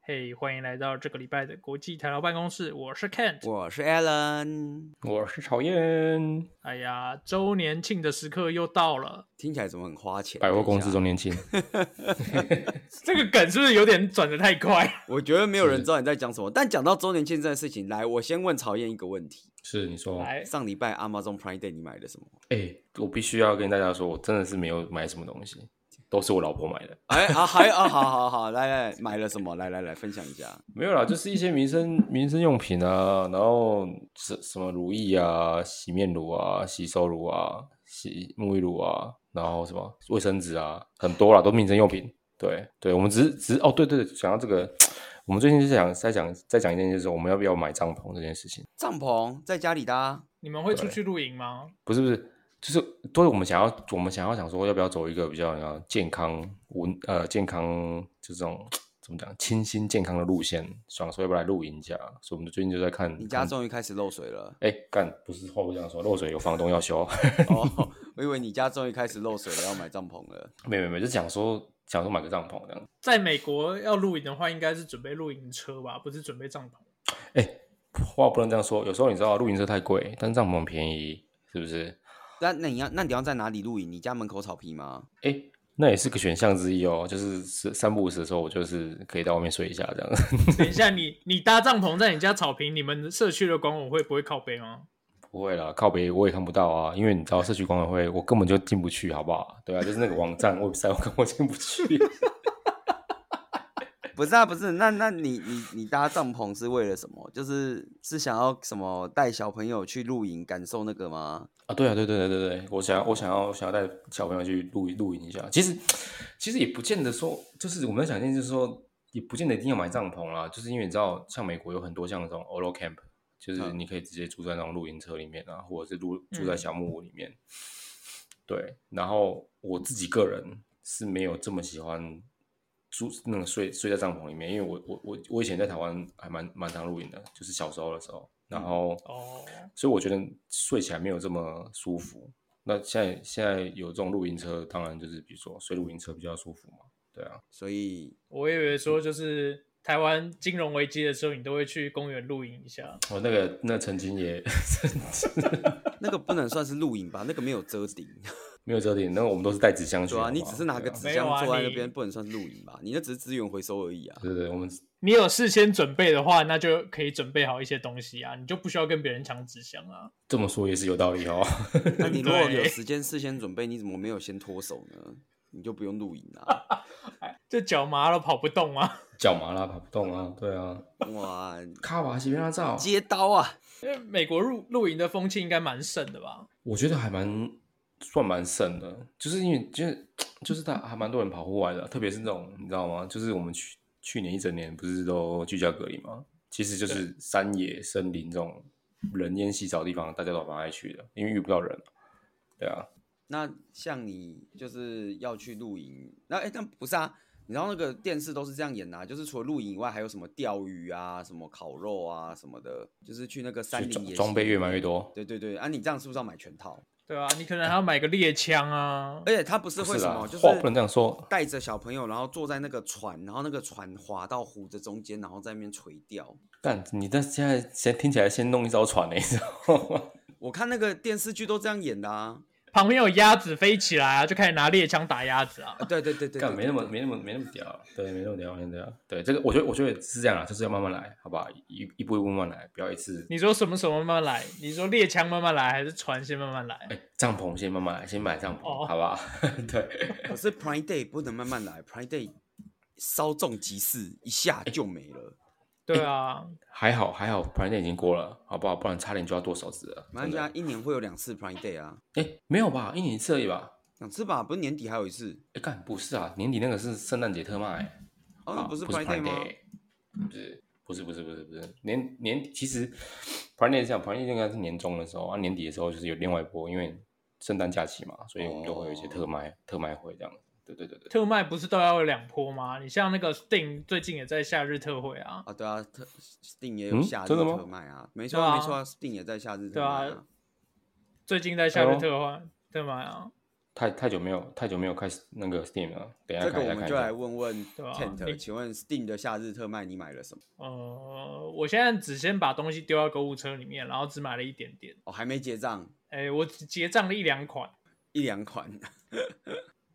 嘿欢迎来到这个礼拜的国际台劳办公室，我是 Kent。我是 Alan，我是曹燕，哎呀，周年庆的时刻又到了，听起来怎么很花钱？百货公司中，周年庆，这个梗是不是有点转的太快？我觉得没有人知道你在讲什么。但讲到周年庆这件事情，来，我先问曹燕一个问题： 是你说，哎、来，上礼拜 Amazon Prime Day 你买了什么？我必须要跟大家说，我真的是没有买什么东西，都是我老婆买的。哎啊，还啊，好好好，来来，买了什么？来来来，分享一下。没有啦，就是一些民生民生用品啊，然后什什么如意啊、洗面乳啊、洗手乳啊、洗沐浴乳啊，然后什么卫生纸啊，很多啦，都民生用品。对对，我们只是只是哦，对对，讲到这个，我们最近是想再讲再讲一件事，就是我们要不要买帐篷这件事情。帐篷在家里啊搭，你们会出去露营吗？不是不是，就是都是我们想要，我们想要想说要不要走一个比较呃健康文呃健康就这种怎么讲清新健康的路线，想说要不要来露营一下，所以我们最近就在看。你家看终于开始漏水了 。哎干不是话不这样说，漏水有房东要修， 哦，我以为你家终于开始漏水了，要买帐篷了。没有没有没有，就想说想说买个帐篷这样。在美国要露营的话，应该是准备露营车吧，不是准备帐篷。 话不能这样说，有时候你知道露营车太贵，但是帐篷很便宜，是不是？那那你要那你要在哪里露营？你家门口草皮吗？哎、那也是个选项之一哦，就是是三不五时的时候，我就是可以到外面睡一下这样。等一下，你你搭帐篷在你家草坪，你们社区的管委会不会靠背吗？不会啦，靠北我也看不到啊，因为你知道社区管委会，我根本就进不去，好不好？对啊，就是那个网站 website，我根本进不去。不是啊，不是。那那你你你搭帐篷是为了什么？就是是想要什么带小朋友去露营，感受那个吗？啊，对啊，对对对对对，我想要我想要想要带小朋友去露露营一下。其实其实也不见得说，就是我们在想一件事，就是说也不见得一定要买帐篷啦，就是因为你知道，像美国有很多像这种 Olo Camp，就是嗯你可以直接住在那种露营车里面啊，或者是住住在小木屋里面。对，然后我自己个人是没有这么喜欢住那种睡睡在帐篷里面，因为我我我我以前在台湾还蛮蛮常露营的，就是小时候的时候，然后、哦，所以我觉得睡起来没有这么舒服。那现在现在有这种露营车，当然就是比如说睡露营车比较舒服嘛，对啊，所以我以为说就是台湾金融危机的时候，你都会去公园露营一下。我哦那个那曾经也 那个不能算是露营吧？那个没有遮顶，没有遮顶，那我们都是带纸箱去对好不啊，好，你只是拿个对啊纸没有啊箱坐在那你边，不能算是露营吧？你那只是资源回收而已啊。对对对，我们你有事先准备的话，那就可以准备好一些东西啊，你就不需要跟别人抢纸箱啊。这么说也是有道理哦。 那你如果有对时间事先准备，你怎么没有先脱手呢？你就不用露营啊！ 这脚麻了跑不动啊吗？脚麻啦，跑不动啊，对啊，哇，卡瓦西边拉照，接刀啊！ 因为美国露露营的风气应该蛮盛的吧？我觉得还蛮算蛮省的，就是因为就是就是他还蛮多人跑户外的，啊特别是那种你知道吗？就是我们去去年一整年不是都居家隔离吗？其实就是山野森林这种人烟稀少的地方，大家都蛮爱去的，因为遇不到人。对啊，那像你就是要去露营，那哎、但不是啊，你知道那个电视都是这样演啊，就是除了露营以外，还有什么钓鱼啊、什么烤肉啊什么的，就是去那个所山以林装野装备性越买越多。对对对，啊，你这样是不是要买全套？对啊，你可能还要买个猎枪啊。而且它不是不会什啦么，就话不能这样说。带着小朋友，然后坐在那个船，然后那个船滑到湖的中间，然后在那边垂钓。但你但现在先听起来先弄一艘船呢、你知道吗？我看那个电视剧都这样演的啊！旁边有鸭子飞起来啊，就开始拿猎枪打鸭子啊啊。对对对对干对没那么没那么没那么屌，啊对，没那么屌，没那么屌。啊对，这个我觉得我觉得是这样啦，啊就是要慢慢来，好不好？一一步一步慢慢来，不要一次。你说什么什么慢慢来？你说猎枪慢慢来，还是船先慢慢来？哎，帐篷先慢慢来，先买帐篷，哦好不好？ 对，可是 Prime Day 不能慢慢来，Prime Day 稍纵即逝，一下就没了。对啊，还好还好，Prime Day 已经过了，好不好？不然差点就要剁手指了。马来真西的亚一年会有两次 Prime Day 啊，哎，没有吧？一年一次而已吧？两次吧，不是年底还有一次？哎，干不是啊，年底那个是圣诞节特卖，哦，啊那不是不是 Prime Day 吗？不是不是不是不是不是年年底其实 Prime Day 是这样，Prime Day 应该是年中的时候啊，年底的时候就是有另外一波，因为圣诞假期嘛，所以我们就会有一些特哦卖、特卖会这样。对对对对，特卖不是都要有两波吗？你像那个 Sting 最近也在夏日特惠啊，啊，对啊，特 Sting 也有嗯夏日真的吗特卖啊，没错、啊、没错、啊、，Sting 也在夏日特对卖啊啊。最近在夏日哎呦特惠特卖啊。太太久没有太久没有开始那个 Steam 了，等一下这看个我一下们看一就来下。问问对啊 Kent，、你请问 Steam 的夏日特卖你买了什么？呃，我现在只先把东西丢到购物车里面，然后只买了一点点。哦，还没结账， 哎，我只结账了一两款，一两款。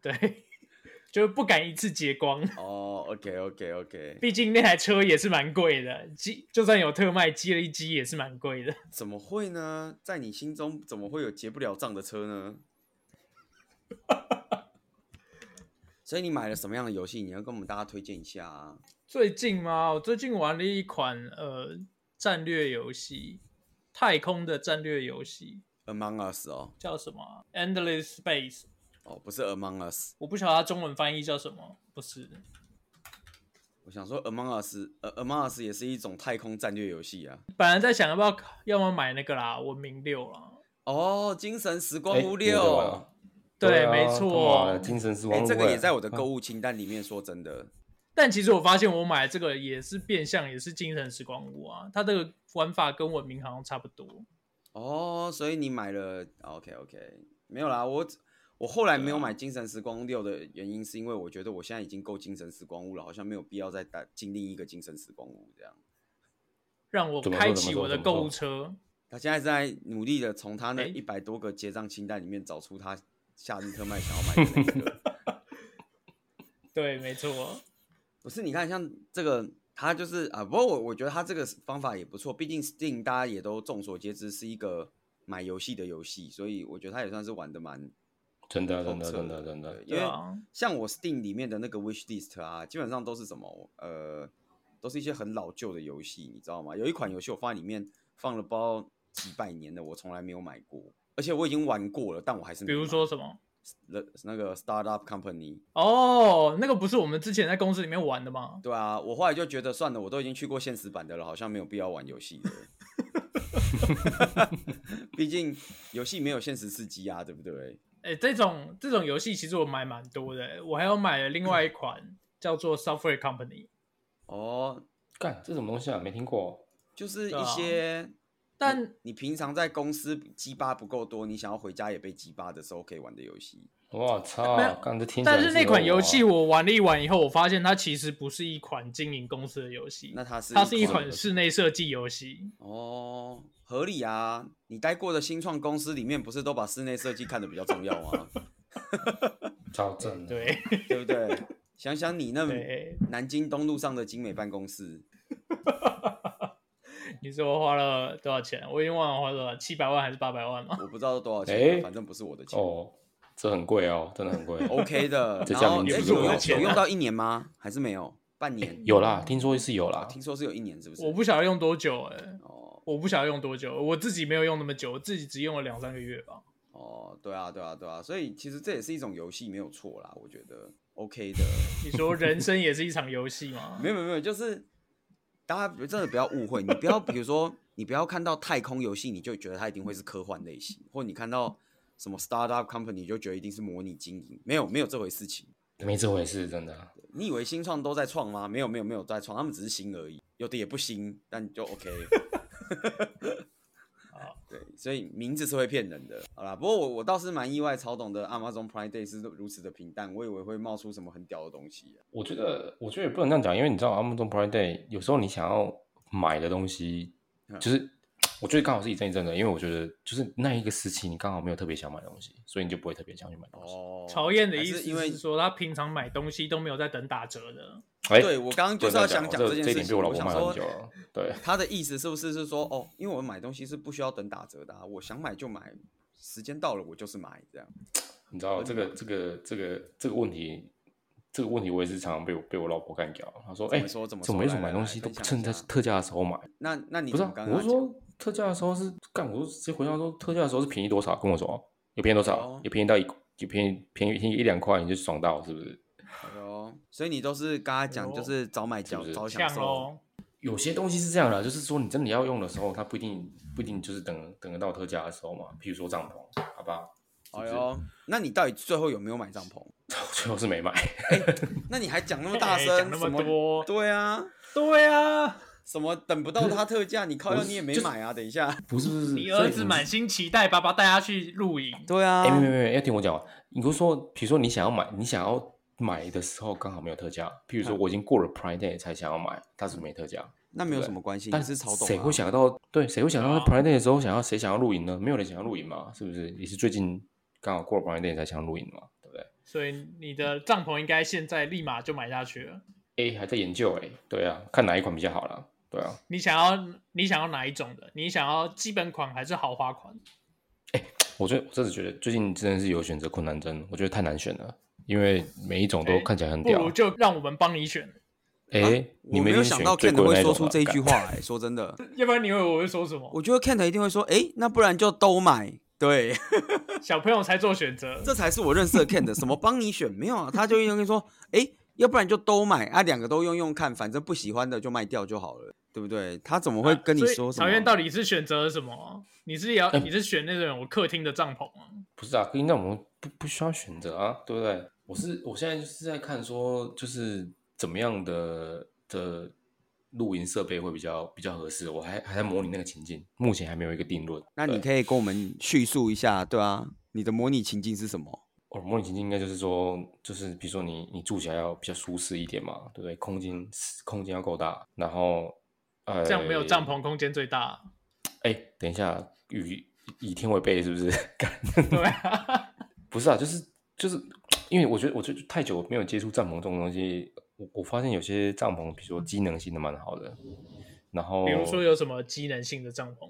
对， 就不敢一次结光。哦，OK OK OK，毕竟那台车也是蛮贵的，机就算有特卖，机了一机也是蛮贵的。 怎么会呢？在你心中怎么会有结不了账的车 呢？所以你买了什么样的游戏？你要跟我们大家推荐一下啊！最近吗？我最近玩了一款呃战略游戏，太空的战略游戏， Among Us 哦，叫什么啊？Endless Space。哦，不是 Among Us，我不晓得它中文翻译叫什么，不是？我想说 Among Us，呃，Among Us 也是一种太空战略游戏啊。本来在想要不要要不要买那个啦，文明六啦。哦，精神时光哎屋你有在玩六啊，对，啊没干嘛错。精神时哎、光屋这个哎也在我的购啊物清单里面。说真的，但其实我发现我买这个也是变相，也是精神时光屋啊，它这个玩法跟文明好像差不多。哦，所以你买了，OK OK，没有啦，我我后来没有买《精神时光屋六》的原因，是因为我觉得我现在已经够《精神时光屋》了，好像没有必要再打进另一个《精神时光屋》这样。让我怎么说开启怎么说我的怎么说购物车。他现在在努力的从他那哎诶一百多个结账清单里面找出他夏日特卖想要买的那一 个。对，没错。不是，你看像这个，他就是啊，不过我我觉得他这个方法也不错，毕竟 Steam 大家也都众所皆知是一个买游戏的游戏，所以我觉得他也算是玩的蛮真的透真的彻真的真的对，因对为啊像我 Steam 里面的那个 Wish List 啊，基本上都是什么呃，都是一些很老旧的游戏，你知道吗？有一款游戏我放在里面放了不知道几百年的，我从来没有买过，而且我已经玩过了，但我还嗯是没比如买说什么？那那个 Startup Company，哦，那个不是我们之前在公司里面玩的吗？对啊，我后来就觉得算了，我都已经去过现实版的了，好像没有必要玩游戏了。 毕竟游戏没有现实刺激啊，对不对？哎，这种这种游戏其实我买蛮多的，我还有买了另外一款叫做 Software Company，哦，干这什么东西啊？没听过。就是对一啊些但你平常在公司鸡巴不够多，你想要回家也被鸡巴的时候可以玩的游戏。我操没有！干这听起来但是那适合款游我啊戏我玩了一玩以后，我发现它其实不是一款经营公司的游戏，那它是它是一游款戏室内设计游戏。哦，合理啊！你待过的新创公司里面，不是都把室内设计看得比较重要吗？ 超正的。对对不对？想想你那对，南京东路上的精美办公室，你说花了多少钱？我已经忘了花多少，七百万还是八百万吗？我不知道多少钱啊，哎反正不是我的钱。哦，这很贵哦，真的很贵。 OK 的， 这然家后民哎族有有用的钱有啊用到一年吗？还是没有？半年？有啦，听说是有啊啦。听说是有一年，是不是？我不晓得用多久哎、哦我不晓得用多久，我自己没有用那么久，我自己只用了两三个月吧。哦，对啊，对啊，对啊，所以其实这也是一种游戏，没有错啦，我觉得 OK 的。你说人生也是一场游戏吗？没有没有没有，就是大家真的不要误会，你不要比如说你不要看到太空游戏你就觉得它一定会是科幻类型，或你看到什么 startup company 你就觉得一定是模拟经营，没有没有这回事情。没这回事，真的。你以为新创都在创吗？没有没有没有在创，他们只是新而已，有的也不新，但就 OK。好 对，所以名字是会骗人的。好啦，不过我我倒是蛮意外，曹董的 Amazon Prime Day 是如此的平淡，我以为会冒出什么很屌的东西、啊。我觉得，我觉得也不能这样讲，因为你知道，Amazon Prime Day 有时候你想要买的东西，嗯就是我觉得刚好是一阵一阵的，因为我觉得就是那一个时期，你刚好没有特别想买东西，所以你就不会特别想去买东西。哦，曹燕的意还思是因为是说，他平常买东西都没有在等打折的。哎、对我刚刚不就能是这要想样讲讲这这件这事一点情，被我老我婆想骂说很久了。对， 他的意思是不是是说，哦，因为我买东西是不需要等打折的、啊，我想买就买，时间到了我就是买，这样。你知道这嗯个这个这个这个问题，这个问题我也是常常被我被我老婆干掉。她说：“怎哎、么说怎么怎么说为什么来来买东来西都分享不趁一在下特价的时候买？”那那你不是、怎么啊，刚刚我是讲说特价的时候是干，我就直接回答说特价的时候是便宜多少，跟我说有便宜多少，哦有便宜到一，有便宜便宜便宜一两块你就爽到是不是？哎呦，所以你都是刚刚讲哎就呦哦是早买是早不是早享像受，喽，有些东西是这样的，啊就是说你真的要用的时候，它不一定不一定就是等等得到特价的时候嘛。譬如说帐篷，好 吧，是不哎是？呦，那你到底最后有没有买帐篷？最后是没买，那你还讲那么大 哎声，讲那什么多对啊，对啊，什么等不到它特 价，你靠要你也没买啊？等一下，不是不是，嗯你儿子满买？心期待爸爸带他去露营， 对啊哎，没有没有，要听我讲完。你不是说，比如说你想要买，你想要买的时候刚好没有特价，嗯譬如说我已经过了 Prime Day 才想要买，它是没特价。那没有什么关系，但你是超懂、啊。谁会想到？对，谁会想到对啊 Prime Day 的时候想要谁想要露营呢？没有人想要露营嘛，是不是？也是最近刚好过了 Prime Day 才想要露营嘛，对不对？所以你的帐篷应该现在立马就买下去了。哎，还在研究哎，对啊，看哪一款比较好啦。对啊，你想要你想要哪一种的？你想要基本款还是豪华款？我最我真的觉得最近真的是有选择困难症，我觉得太难选了，因为每一种都哎看起来很不屌如。就让我们帮你选，哎、你啊我没们有一定想选到最 Ken 贵的会那说种出吧这一句干话、哎，说真的，要不然你以为我会说什么？我觉得 Ken 一定会说，哎、那不然就都买。对，小朋友才做选择，这才是我认识的 Ken 的。什么帮你选没有啊？他就一定会说，哎、要不然就都买啊，两个都用用看，反正不喜欢的就卖掉就好了，对不对？他怎么会跟你啊所以说什么？小燕到底是选择了什么？你是要哎你是选那种有客厅的帐篷吗？不是啊，可以那我们不不需要选择啊，对不对？我是我现在就是在看说，就是怎么样的的露营设备会比较比较合适，我还还在模拟那个情境，目前还没有一个定论。那你对可以跟我们叙述一下，对啊，你的模拟情境是什么？哦，模拟情境应该就是说，就是比如说你你住起来要比较舒适一点嘛，对不对？空间空间要够大，然后呃，这样没有帐篷空间最大，哎，等一下，与以天为被是不 是？干对啊，不是啊，就是就是，因为我觉得我就太久没有接触帐篷这种东西，我我发现有些帐篷，比如说机能性的蛮好的，然后比如说有什么机能性的帐篷，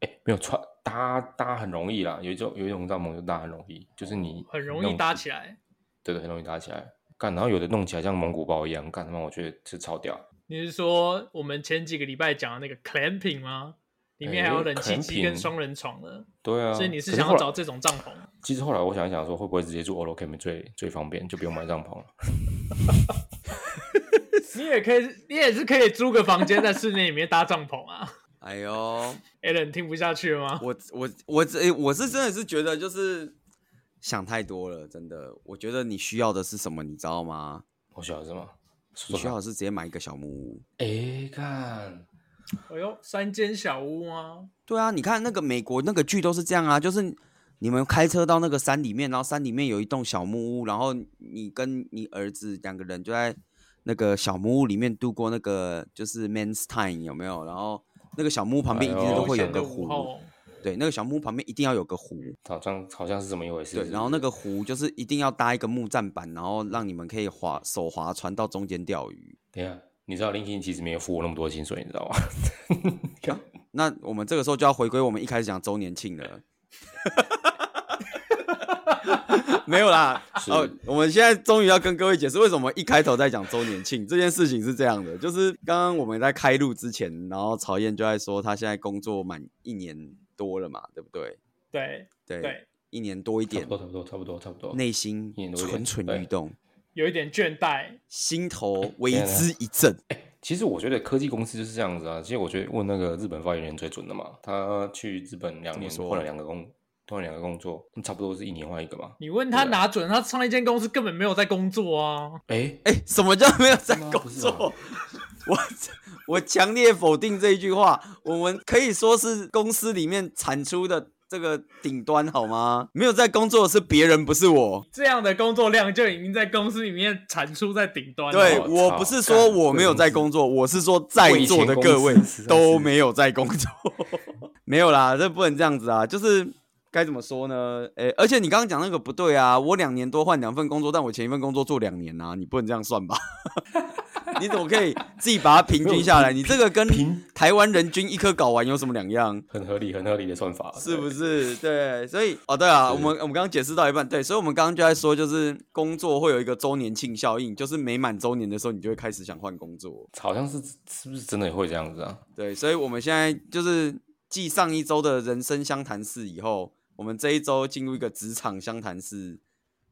哎没有穿搭搭很容易啦，有一种有一种帐篷就搭很容易，就是你哦很容易弄搭起来。对对，很容易搭起来。干，然后有的弄起来像蒙古包一样，干他妈我觉得是超屌。你是说我们前几个礼拜讲的那个 clamping 吗？里面哎还有冷气机 clamping 跟双人床的，对啊，所以你是可想后要来找这种帐篷？其实后来我想一想，说会不会直接住 o l o c a m 最最方便，就不用买帐篷了。你也可以，你也是可以租个房间在室内里面搭帐篷啊。哎 呦， Alan 听不下去了吗？我我我这我是真的是觉得就是想太多了，真的。我觉得你需要的是什么，你知道吗？我晓得是吗？你说需要的是直接买一个小木屋。哎干，哎呦，三间小屋吗？对啊，你看那个美国那个剧都是这样啊，就是你们开车到那个山里面，然后山里面有一栋小木屋，然后你跟你儿子两个人就在那个小木屋里面度过那个就是 man's time 有没有？然后那个小木屋旁边一哎定呦都会有悠闲的个午湖，后，对，那个小木屋旁边一定要有个湖，好像好像是这么一回事。对，然后那个湖就是一定要搭一个木栈板，然后让你们可以划手划船到中间钓鱼。等一下，啊你知道 LinkedIn 其实没有付我那么多薪水，你知道吗？那我们这个时候就要回归我们一开始讲周年庆了。 没有啦，是哦，我们现在终于要跟各位解释为什么一开头在讲周年庆这件事情是这样的，就是刚刚我们在开录之前，然后曹燕就在说他现在工作满一年多了嘛，对不对？对对，对，一年多一差不点， 多，差不多，差不多，差不多。内心一年多一蠢点蠢对欲动，有一点倦怠。心 头为天啊之一震。其实我觉得科技公司就是这样子啊。其实我觉得问那个日本发言人最准的嘛，他去日本两怎么年说换了两个工，换了两个工作，差不多是一年换一个嘛。嗯你问他对啊哪准？他上一间公司根本没有在工作啊。哎，哎、什么叫没有在吗工不是吧作？ 我我强烈否定这一句话。我们可以说是公司里面产出的这个顶端，好吗？没有在工作的是别人，不是我。这样的工作量就已经在公司里面产出在顶端了。对我我哦操不是干说我没有贵公在司工作，我是说在贵座前的公各司位实在都是没有在工作。 没有啦，这不能这样子啊！就是该怎么说呢？哎、而且你刚刚讲那个不对啊！我两年多换两份工作，但我前一份工作做两年啊，你不能这样算吧？ 你怎么可以自己把它平均下来？你这个跟平台湾人均一颗睾丸有什么两样？很合理，很合理的算法，是不是？是？对，所以哦，对啊，我们我们刚刚解释到一半，对，所以我们刚刚就在说，就是工作会有一个周年庆效应，就是每满周年的时候，你就会开始想换工作。好像是是不是真的会这样子啊？对，所以我们现在就是继上一周的人生相谈室以后，我们这一周进入一个职场相谈室，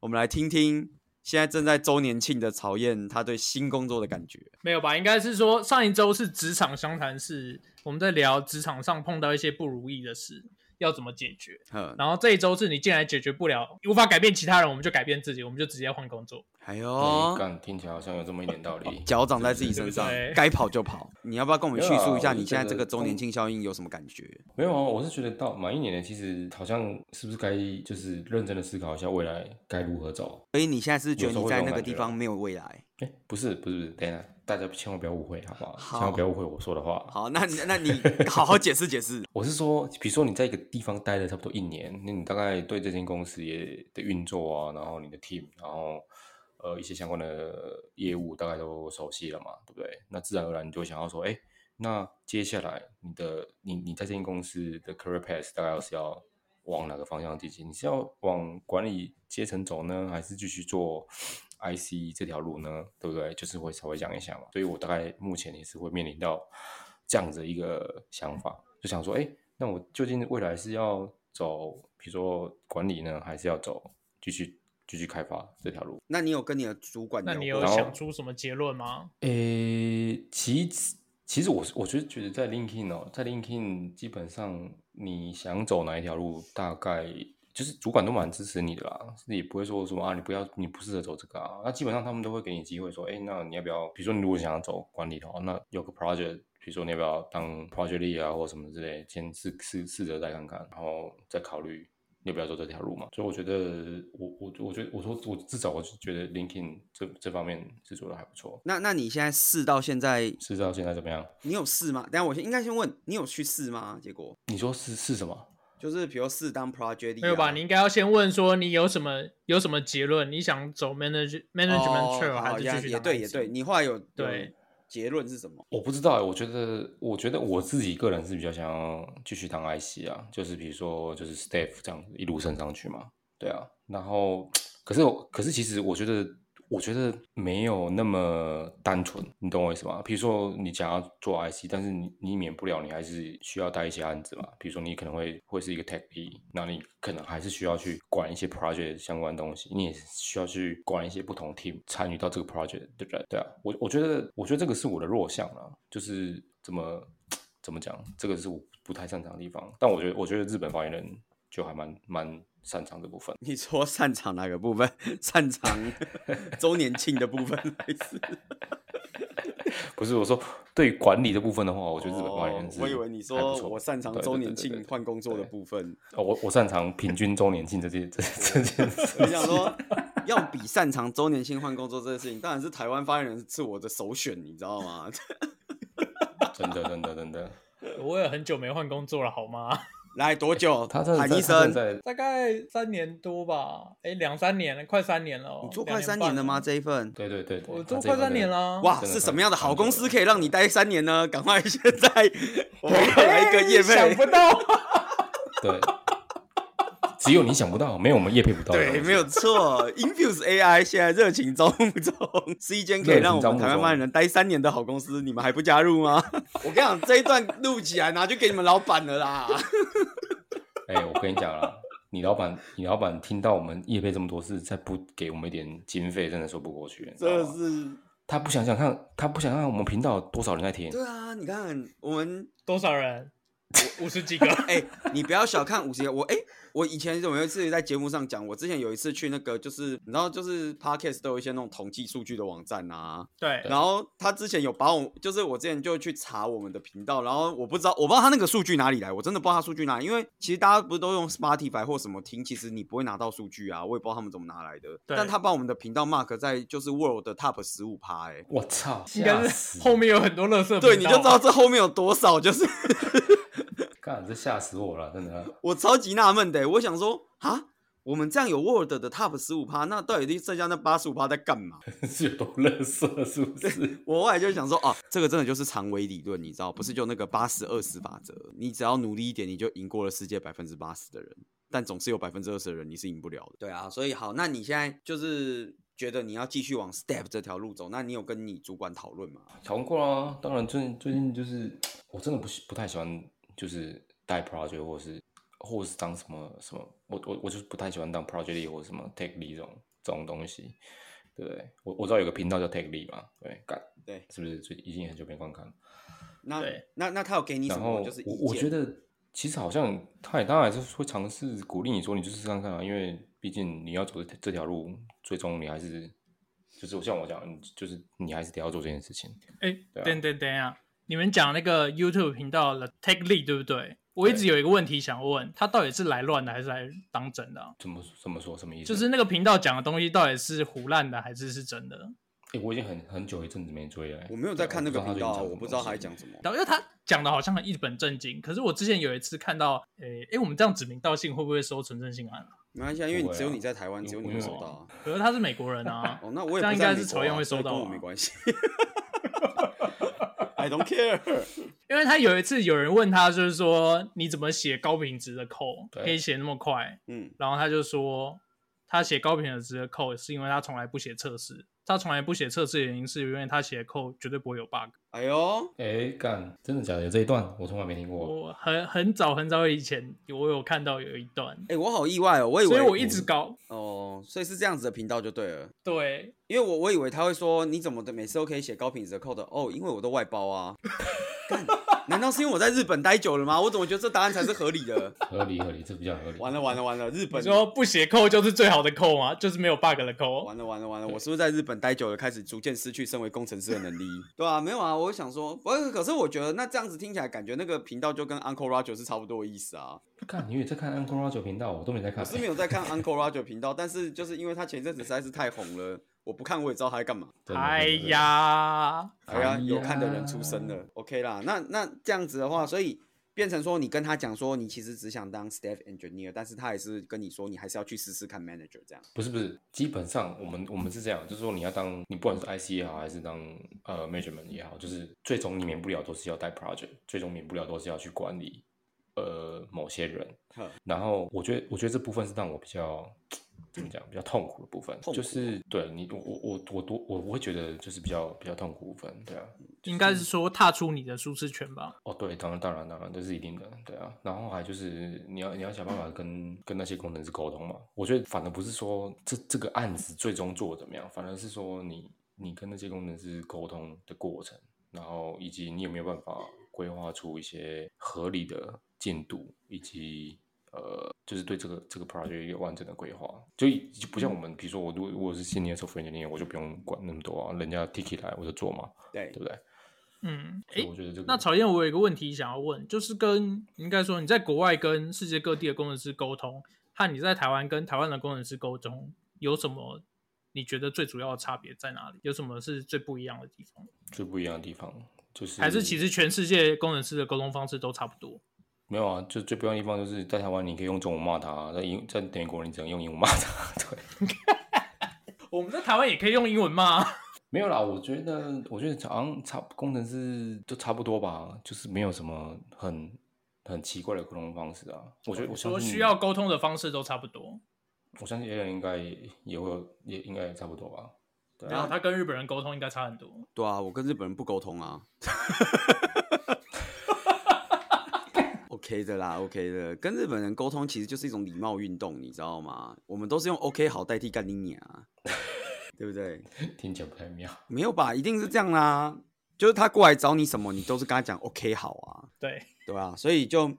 我们来听听现在正在周年庆的曹燕他对新工作的感觉。没有吧？应该是说上一周是职场相谈室，我们在聊职场上碰到一些不如意的事要怎么解决。呵，然后这一周是你既然解决不了，无法改变其他人，我们就改变自己，我们就直接换工作。哎呦嗯，干、听起来好像有这么一点道理。脚长在自己身上对不对，该跑就跑。你要不要跟我们没叙有啊述一下我你就觉现在得这个周中年庆效应有什么感觉？没有啊，我是觉得到满一年了，其实好像是不是该就是认真的思考一下未来该如何走？所以你现在是觉得有时候你会在这种那个感地觉方没有未来？哎、不是不是不是，等一下，大家千万不要误会好不好？好千万不要误会我说的话。好，那那你好好解释解释。我是说，比如说你在一个地方待了差不多一年，那你大概对这间公司也的运作啊，然后你的 team，然后呃一些相关的业务大概都熟悉了嘛，对不对？那自然而然你就会想要说，哎，那接下来你的你你在这间公司的 career path 大概是要往哪个方向进行？你是要往管理阶层走呢，还是继续做 IC 这条路呢？对不对？就是会稍微讲一下嘛。所以我大概目前也是会面临到这样子一个想法，就想说，哎，那我究竟未来是要走，比如说管理呢，还是要走继续继续开发这条路？那你有跟你的主管那你过有然后想出什么结论吗？诶，其实其实我是我觉得觉得在 LinkedIn 哦，在 LinkedIn 基本上你想走哪一条路，大概就是主管都蛮支持你的啦，也不会说什么啊，你不要你不适合走这个啊。那基本上他们都会给你机会说，哎，那你要不要？比如说你如果想要走管理的话，那有个 project，比如说你要不要当 project lead 啊，或什么之类，先试试试着再看看，然后再考虑要不要走这条路嘛。所以我觉得，我我我觉得我说我至少我是觉得 LinkedIn 这这方面是做的还不错。那那你现在试到现在，是到现在怎么样？你有试吗？等一下我先应该先问你有去试吗？结果你说是是什么？就是比如试当 project，lead 没有吧？啊你应该要先问说你有什么有什么结论？你想走 manage management 哦 trail、好还是也继续也当对也 IT 对，你后来有对有结论是什么？我不知道欸，我觉得，我觉得我自己个人是比较想要继续当 IC 啊，就是比如说就是 staff 这样一路升上去嘛，对啊。然后，可是我可是其实我觉得，我觉得没有那么单纯，你懂我意思吗？比如说你想要做 IC，但是你你免不了你还是需要带一些案子嘛，比如说你可能会会是一个 tech lead，那你可能还是需要去管一些 project 相关东西，你也需要去管一些不同 team 参与到这个 project，对不对？对啊，我我觉得我觉得这个是我的弱项啊，就是怎么怎么讲，这个是我不太擅长的地方。但我觉得我觉得日本发言人就还蛮蛮擅长这部分。你说擅长哪个部分？ 擅长 周年庆的部分还是？不是我说对于管理的部分的话，我觉得日本发言人哦是、我以为你还说不错我擅长对对周对年对对庆对换工作的对部分。哦，我我擅长平均周年庆这件这这件事。我想说，要比擅长周年庆换工作这件事情，当然是台湾发言人是我的首选，你知道吗？ 真的，真的，真的。我也很久没换工作了，好吗？ 来多久？他真的喊在一他真声，的在，大概三年多吧，哎，两三年了，快三年了哦。你做两快三半年了吗？了这一份？对对对对，我他做这快一块三年的啦。哇，哦真的是太什么样的好公司可以让你待三年呢？赶快现在， 我们嘿，要来一个业想配。不到，对，只有你想不到，没有我们业配不到的东西。对，没有错，Infuse AI 现在热情招募中，是一间可以让我们台湾发言人待三年的好公司，你们还不加入吗？ 我跟你讲，这一段录起来拿去给你们老板了啦。 哎、我跟你讲啦，你老板，你老板听到我们业配这么多次，再不给我们一点经费，真的说不过去。你知真道的吗是，他不想想看，他不想让我们频道有多少人在听。对啊，你看我们多少人？五五十几个。 哎、你不要小看五十个，我哎、我以前有一次在节目上讲，我之前有一次去那个，就是你知道，就是 podcast 都有一些那种统计数据的网站啊，对，然后他之前有把我，就是我之前就去查我们的频道，然后我不知道，我不知道他那个数据哪里来，我真的不知道他数据哪里，因为其实大家不是都用 Spotify 或什么听，其实你不会拿到数据啊，我也不知道他们怎么拿来的，对但他把我们的频道 mark 在就是 world 的 top 十五趴，哎、我操，应该吓是死后面有很多乐色。对，你就知道这后面有多少，就是干，这吓死我了，真的。 我超级纳闷的欸，我想说啊，我们这样有 Word 的 Top 十五趴，那到底剩下那八十五趴在干嘛？ 是有多乐色，是不 是？我后来就想说，哦，这个真的就是长尾理论，你知道，不是就那个八十二十法则，你只要努力一点，你就赢过了世界百分之八十的人，但总是有百分之二十的人你是赢不了的。对啊，所以好，那你现在就是觉得你要继续往 Step 这条路走，那你有跟你主管讨论吗？讨论过啦。啊当然最近，最近就是我真的不喜不太喜欢，就是带 project 或是或是当什么什么，我我我就是不太喜欢当 project lead 或者什么 tech lead 这种这种东西，对不对？我我知道有个频道叫 tech lead 嘛，对，干对，是不是最已经很久没观看了？那对那那他有给你什然后么？就是我意我见觉得其实好像他也当然还是会尝试鼓励你说你就试试看看啊，因为毕竟你要走这这条路，最终你还是就是我像我讲，你就是你还是得要做这件事情。哎对，啊等等等一下，你们讲那个 YouTube 频道的 Take Lead 对不对？我一直对有一个问题想问，他到底是来乱的还是来当真的啊、怎么怎么说什么意思？就是那个频道讲的东西到底是胡乱的还是是真的？诶我已经很很久一阵子没追了、欸我没有在看那个频道啊，我不知道他还在讲什么。然后因为他讲的好像很一本正经，可是我之前有一次看到，诶、诶，我们这样指名道姓会不会收纯正性案、啊？没关系啊，因为你不会啊只有你在台湾，因为只有你我会没有收到啊。，可是他是美国人啊 哦，那我也这样不应在该美是国朝啊阳会所以收到跟我啊没关系。I don't care。 因为他有一次有人问他，就是说你怎么写高品质的扣，对可以写那么快？嗯，然后他就说，他写高品质的扣是因为他从来不写测试，他从来不写测试的原因是因为他写的扣绝对不会有 bug。哎呦，哎、干，真的假的？有这一段我从来没听过。我很很早很早以前，我有看到有一段，哎，我好意外哦，我以所为以我一直搞哦，所以是这样子的频道就对了。对，因为我我以为他会说你怎么的每次都可以写高品质的 code 哦，因为我都外包啊。干难道是因为我在日本待久了吗？我怎么觉得这答案才是合理的？ 合理合理，这比较合理。完了完了完了，日你本说不写扣就是最好的扣吗？就是没有 bug 的扣。完了完了完了，我是不是在日本待久了，开始逐渐失去身为工程师的能力？ 对啊，没有啊，我想说，不是，可是我觉得那这样子听起来，感觉那个频道就跟 Uncle Roger 是差不多的意思啊。看，你有在看 Uncle Roger 频道，我都没在看。我是没有在看 Uncle Roger 频道，但是就是因为他前一阵子实在是太红了，我不看我也知道他在干嘛。真的哎，呀，哎呀，有看的人出声了。OK 啦，那那这样子的话，所以变成说你跟他讲说你其实只想当 staff engineer，但是他还是跟真的你说你还是要去试试看 manager 这样。不是不是，基本上我们我们是这样，就是说你要当你不管是 IC 也好，还是当呃 management 也好，就是最终你免不了都是要带 project，最终免不了都是要去管理呃某些人呵。然后我觉得我觉得这部分是让我比较怎么讲比较痛苦的部分，痛苦就是对你我我我我多我我会觉得就是比较比较痛苦的部分，对啊。应该是说踏出你的舒适圈吧。哦，对，当然，当然，当然，这是一定的，对啊。然后还就是你要你要想办法跟跟那些工程师沟通嘛。我觉得反而不是说这这个案子最终做得怎么样，反而是说你你跟那些工程师沟通的过程，然后以及你有没有办法规划出一些合理的进度，以及呃，就是对这个这个 project 一个完整的规划，就以就不像我们，比如说我如果如果是 senior software engineer，我就不用管那么多啊，人家 tick 来我就做嘛，对对，不对？嗯，所诶以我觉得这个那曹燕，我有一个问题想要问，就是跟应该说你在国外跟世界各地的工程师沟通，和你在台湾跟台湾的工程师沟通，有什么你觉得最主要的差别在哪里？有什么是最不一样的地方？最不一样的地方就是还是其实全世界工程师的沟通方式都差不多？没有啊，就最不一样的地方就是在台湾你可以用中文骂他，在英在美国你只能用英文骂他。 对，我们在台湾也可以用英文吗？没有啦，我觉得我觉得好像差工程师都差不多吧，就是没有什么很很奇怪的沟通方式啊。我觉得我相说信需要，沟通的方式都差不多，我相信 A 人应该也会有，也应该也差不多吧。对然后啊，他跟日本人沟通应该差很多。对啊，我跟日本人不沟通啊。OK 的啦，OK 的，跟日本人沟通其实就是一种礼貌运动，你知道吗？我们都是用 OK 好代替干你娘啊，对不对？听起来不太妙。没有吧？一定是这样啦，就是他过来找你什么，你都是跟他讲 OK 好啊，对，对吧、所以就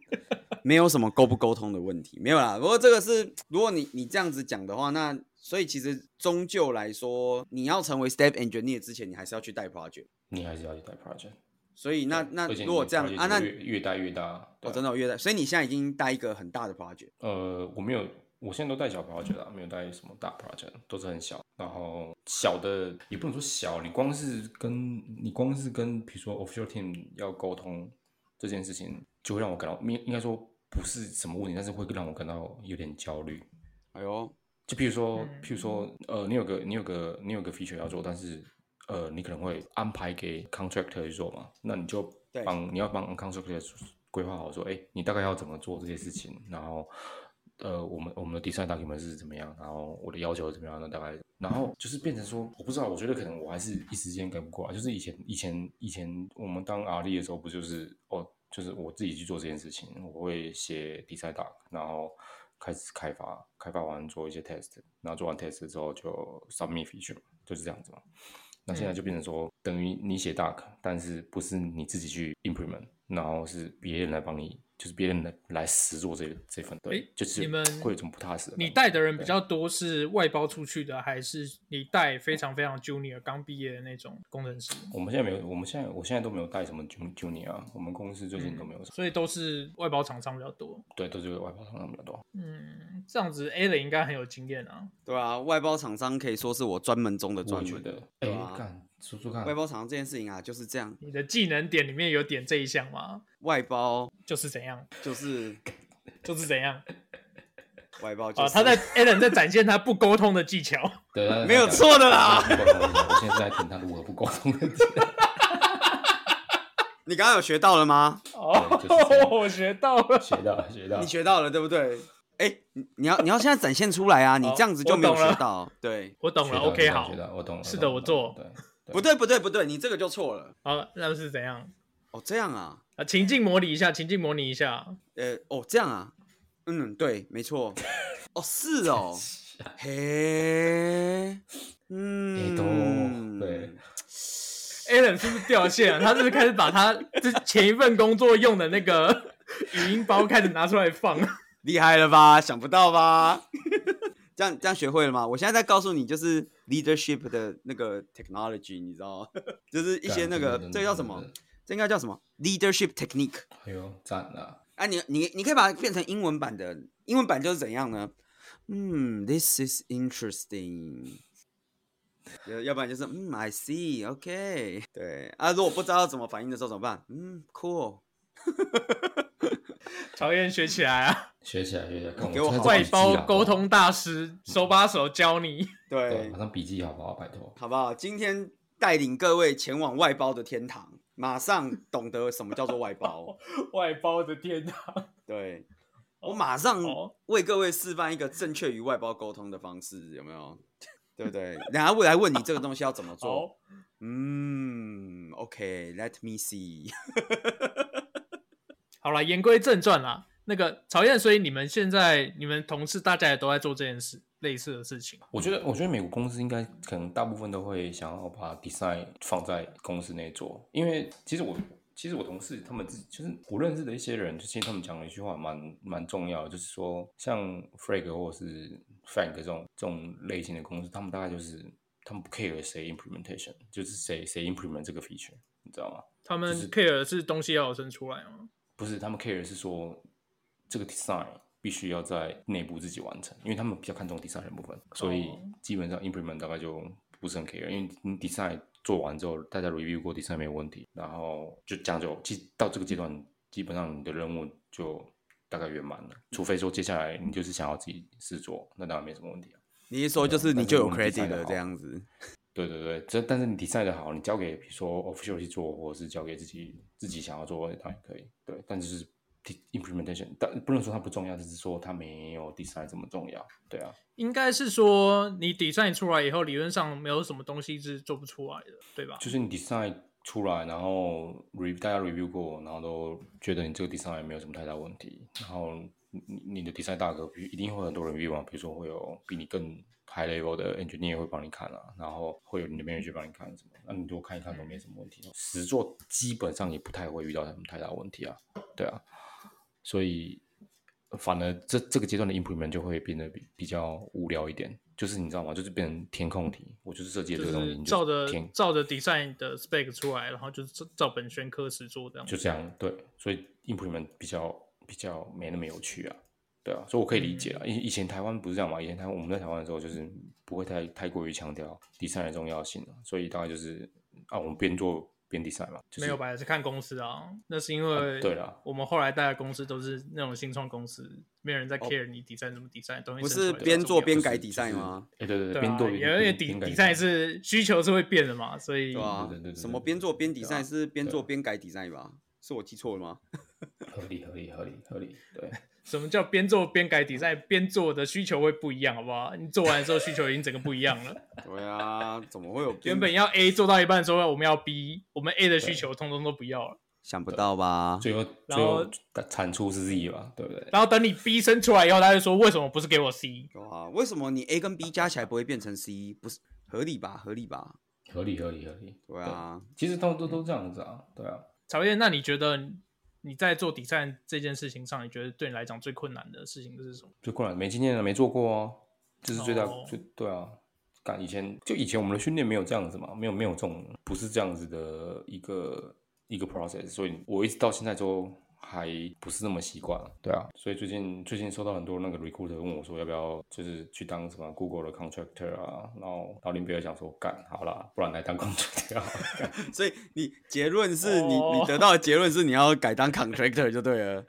没有什么沟不沟通的问题，没有啦。不过这个是，如果你你这样子讲的话，那所以其实终究来说，你要成为 staff engineer 之前，你还是要去带 project。你还是要去带 project。所以那那而且你如果这样 project 啊，那越越带越大。对我、啊真的有越带，所以你现在已经带一个很大的 project，呃，我没有，我现在都带小 project 啊，没有带什么大 project，都是很小。然后小的也不能说小，你光是跟你光是跟比如说 official team 要沟通这件事情，就会让我感到应应该说不是什么问题，但是会让我感到有点焦虑。哎呦，就譬如说，嗯譬如说，呃，你有个你有个你有个 feature 要做，但是呃，你可能会安排给 contractor 去做嘛，那你就对帮你要帮 contractor 规划好说，哎，你大概要怎么做这些事情，然后呃，我们我们的 design document 是怎么样，然后我的要求是怎么样的，大概，然后就是变成说，我不知道，我觉得可能我还是一时间赶不过来，就是以前以前以前我们当 R D 的时候，不就是哦，就是我自己去做这件事情，我会写 design doc，然后开始开发，开发完做一些 test，然后做完 test 之后就 submit feature，就是这样子嘛。那现在就变成说，等于你写 doc，但是不是你自己去 implement，然后是别人来帮你，就是别人来来实做这个这份，对，诶就是你们会有一种不踏实的感觉。你带的人比较多，是外包出去的，还是你带非常非常 junior 刚毕业的那种工程师？我们现在没有，我们现在我现在都没有带什么 jun- junior，啊我们公司最近都没有什嗯么，所以都是外包厂商比较多。对，都是外包厂商比较多。嗯，这样子 A 人应该很有经验啊。对啊，外包厂商可以说是我专门中的我专觉门。得，哎、对啊干，说说看外，包厂商这件事情啊，就是这样，你的技能点里面有点这一项吗？外包就是怎样，就是就是怎 样外包、就是。啊！他在 A 人在展现他不沟通的技巧。对，他没有错的啦。他讲我现在在听他如何不沟通的技巧。你刚刚有学到了吗？哦 对就是这样，我学到了。学到了学到了你，学到了对不对？哎，你你要你要现在展现出来啊！你这样子就没有哦我懂了学到。对，我懂学了到，OK，学到好学，到我懂了。是的懂了我做对，不对不对不对，你这个就错了。好，那是怎样哦，这样啊，啊？情境模拟一下，情境模拟一下，呃，哦，这样啊，嗯，对，没错。哦，是 哦，嘿，啊哎嗯，都对， Alan 是不是掉线了？他是不是开始把他之前一份工作用的那个 语音包开始拿出来放？ 厉害了吧？想不到吧？ 这样这样学会了吗？我现在在告诉你，就是 leadership 的那个 technology，你知道吗？ 就是一些那个干这个叫什？么啊真的真的？真这应该叫什么？leadership technique。的哎呦，赞了！啊，你你你可以把它变成英文版的，英文版就是怎样呢？嗯，this is interesting。要要不然就是嗯，I see，OK，、对啊，如果不知道怎么反应的时候怎么办？嗯，cool，曹燕学起来啊！学起来学起来，看给我现在好外笔记包啊沟，通大师手把手教你。对，对马，上笔记好不好？拜托，好不好？今天带领各位前往外包的天堂，马上懂得什么叫做外包。 外包的天啊 堂，对，我马上哦为各位示范一个正确与外包沟通的方式，有没有？ 对不对？然后未来问你这个东西要怎么做，好，嗯，OK，Let、me see 好了，言归正传啦。那个曹燕，所以你们现在你们同事大家也都在做这件事类似的事情。我觉得，我觉得美国公司应该可能大部分都会想要把 design 放在公司内做，因为其实我其实我同事他们自己就是我认识的一些人，就其实他们讲了一句话蛮蛮重要的，就是说像 Frag 或是 Frank 这种这种类型的公司，他们大概就是他们不 care 谁 implementation，就是谁谁 implement 这个 feature，你知道吗？他们就是 care 的是东西要有生出来吗？不是，他们 care 的是说这个 design 必须要在内部自己完成，因为他们比较看重 design 的部分，所以基本上 implement 大概就不是很 care，因为你 design 做完之后，大家 review 过 design 没有问题，然后就这样就，其实到这个阶段，基本上你的任务就大概圆满了，除非说接下来你就是想要自己试做，那当然没什么问题啊。你一说就是对你但是就有我们 credit design 得了好这样子，对对对，这但是你 design 的好，你交给比如说 official 去做，或者是交给自己自己想要做，当然可以。对，但就是 de- implementation，但不能说它不重要，只是说它没有 design 这么重要。对啊，应该是说你 design 出来以后，理论上没有什么东西是做不出来的，对吧？就是你 design 出来，然后 re 大家 review 过，然后都觉得你这个 design 也没有什么太大问题，然后你你你的 design 大哥比一定会有很多人 review 啊，比如说会有比你更 high level 的 engineer 会帮你看啊，然后会有你的 manager 帮你看什么，那你多看一看都没什么问题。哦实做基本上也不太会遇到什么太大问题啊，对啊，所以反而这这个阶段的 improvement 就会变得比比较无聊一点。就是你知道吗？就是变成填空题，我就是设计了就这个东西，是你照着填照着 design 的 spec 出来，然后就是照照本宣科实做这样。就这样，对，所以 implement 比较比较没那么有趣啊，对啊，所以我可以理解嗯啊。以、以前台湾不是这样嘛，以前台湾我们在台湾的时候就是不会太太过于强调 design 的重要性啊，所以大概就是啊，我们边做边 design 嘛，就是没有吧？也是看公司啊。那是因啊为对啦我们后来带的公司都是那种新创公司，没有哦人在 care 你 design 怎么 design，东西生出不是来就边重做要边就是改就是 design 吗？哎、对对对对，啊边，做因边为边 d 边改 design 是需求是会变的嘛，所以对啊吧对对对？对什么对边做边对啊 design 是边做对边改 design 吧？是我记错了 吗？合理合理合理合理， 对，什么叫边做边改 design？边做的需求会不一样，好不好？你做完的时候需求已经整个不一样 了。对啊，怎么会有原本要 A 做到一半的时候，我们要 B，我们 A 的需求通通都不要了。想不到吧？最后然最后后产出是 Z 吧，对不对？然后等你 B 生出来以后，他就说为什么不是给我 C？对啊，为什么你 A 跟 B 加起来不会变成 C？不是合理吧？合理吧？合理合理合理，对啊，其实他们都都这样子啊，对啊。曹燕，那你觉得你在做底站这件事情上，你觉得对你来讲最困难的事情是 什么？最困难没经验啊，没做过啊，这是最大、哦最对啊。干以前就以前我们的训练没有这样子嘛，没有没有这种不是这样子的一个一个 process，所以我一直到现在都还不是那么习惯。对啊，所以最近最近收到很多那个 recruiter 问我说要不要就是去当什么 Google 的 contractor 啊，然后然后林比尔想说干好啦，不然来当 contractor 啊好了 所以你结论是你、哦你得到的结论是你要改当 contractor 就对 了。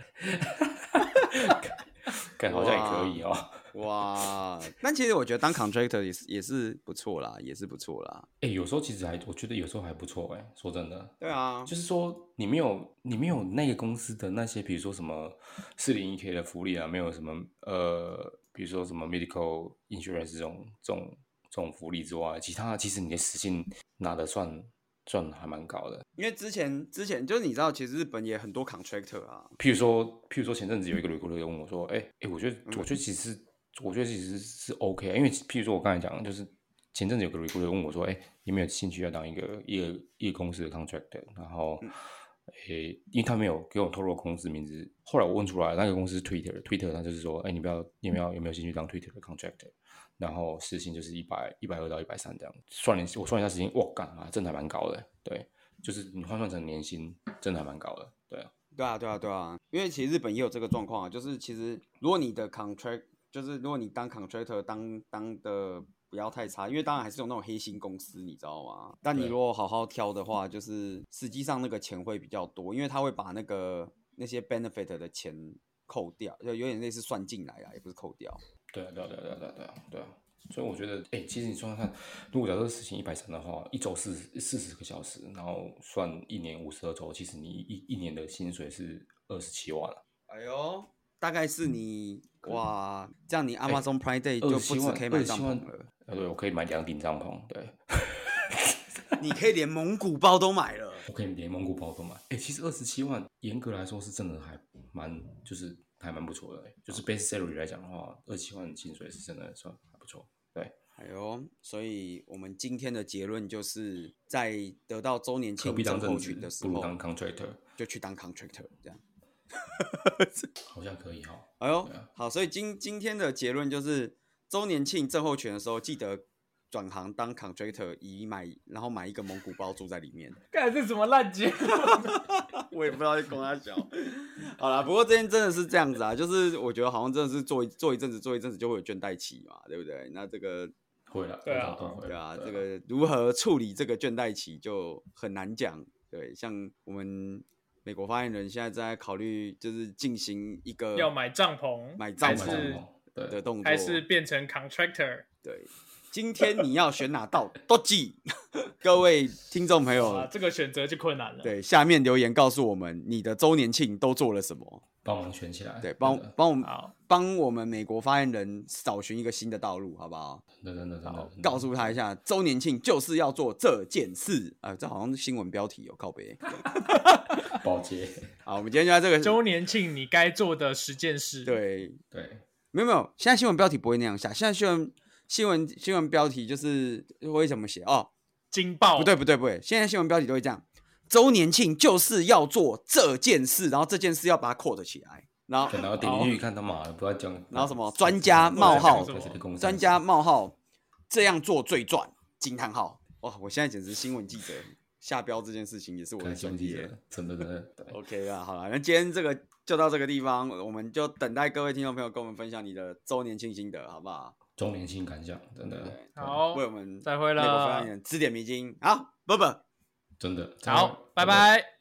干好像也可以哦、 哇，但其实我觉得当 contractor 也是也是不错啦，也是不错啦。哎、有时候其实还我觉得有时候还不错哎、说真的。对啊，就是说你没有你没有那个公司的那些，比如说什么四零一 k 的福利啊，没有什么呃，比如说什么 medical insurance 这种这种这种福利之外，其他其实你的时薪拿的算算还蛮高的。因为之前之前就是你知道，其实日本也很多 contractor 啊，譬如说譬如说前阵子有一个 recruiter 问我说，哎、哎、我觉得我觉得其实我觉得其实是 OK，啊因为譬如说我刚才讲就是。前阵子有个 recruiter 问我说：“哎、你有没有兴趣要当一个一个一个公司的 contractor？” 然后，诶、因为他没有给我透露公司名字，后来我问出来，那个公司是 Twitter，Twitter 他就是说：“哎、你不要，你有没有有没有兴趣当 Twitter 的 contractor？” 然后时薪就是一百一百二到一百三这样，算了，我算一下时薪，哇，干啊，真的还蛮高的，对，就是你换算成年薪，真的还蛮高的，对啊，对啊，对啊，对啊，因为其实日本也有这个状况啊，就是其实如果你的 contract，就是如果你当 contractor 当当的不要太差，因为当然还是有那种黑心公司，你知道吗？但你对如果好好挑的话，就是实际上那个钱会比较多，因为他会把那个那些 benefit 的钱扣掉，就有点类似算进来啊，也不是扣掉。对啊，对啊，对啊，对啊，对啊，对啊，对啊。所以我觉得，哎、其实你算算看，如果假设事情一百三的话，一周四四十个小时，然后算一年五十二周，其实你一一年的薪水是二十七万啊哎呦，大概是你哇，这样你 Amazon Prime Day 就不27止万可以买帐27万篷了，啊，对，我可以买两顶帐篷，对，你可以连蒙古包都买了。我可以连蒙古包都买。哎、其实二十七万，严格来说是真的还蛮，就是还蛮不错的、欸就是 base salary 来讲的话，二七万薪水是真的算还不错。对，哎呦，所以我们今天的结论就是在得到周年可庆必当症正候职群的，时不如候当，contractor，就去当 contractor 这样。好像可以哈。哎呦对啊，好，所以今今天的结论就是周年庆症候群的时候，记得转行当 contractor，以买然后买一个蒙古包住在里 面。看这什么烂结 我也不知道在跟他讲。好啦，不过这件真的是这样子啊，就是我觉得好像真的是做一做一阵子，做一阵子就会有倦怠期嘛，对不对？那这个会了，对啊多少都会对啊，了这个如何处理这个倦怠期就很难讲。对，像我们美国发言人现在正在考虑，就是进行一个要买帐篷，买帐还还篷是是对的动作，还是变成 contractor？对。今天你要选哪道都记， 各位听众朋啊友，，这个选择就困难了。，对下面留言告诉我们你的周年庆都做了什么，帮忙圈起来，对，帮真的帮我们哎好，帮我们美国发言人找寻一个新的道路，好不好？真的真的真的好，，呃告诉他一下，周年庆就是要做这件事啊、这好像是新闻标题哦，靠北。保 洁，好，我们今天就在这个周年庆你该做的十件事。，对，对，没有没有，现在新闻标题不会那样下，现在新闻新闻新闻标题就是会怎么写哦？惊爆！不对，不对不对，现在新闻标题都会这样，周年庆就是要做这件事，然后这件事要把它 quote 起来，然后 对然后点进去看他妈的，不要讲，然后什么专家冒号专家冒号这样做最赚惊叹号哇！我现在简直是新闻记者下标这件事情也是我我的的兄兄弟弟了，真的真的，对 OK 啦，好啦，那今天这个就到这个地方，我们就等待各位听众朋友跟我们分享你的周年庆心得，好不好？周年庆感想，真的，对好为，我们再会美国发言了，人指点迷津。好，不不。真的，好，拜真的。拜。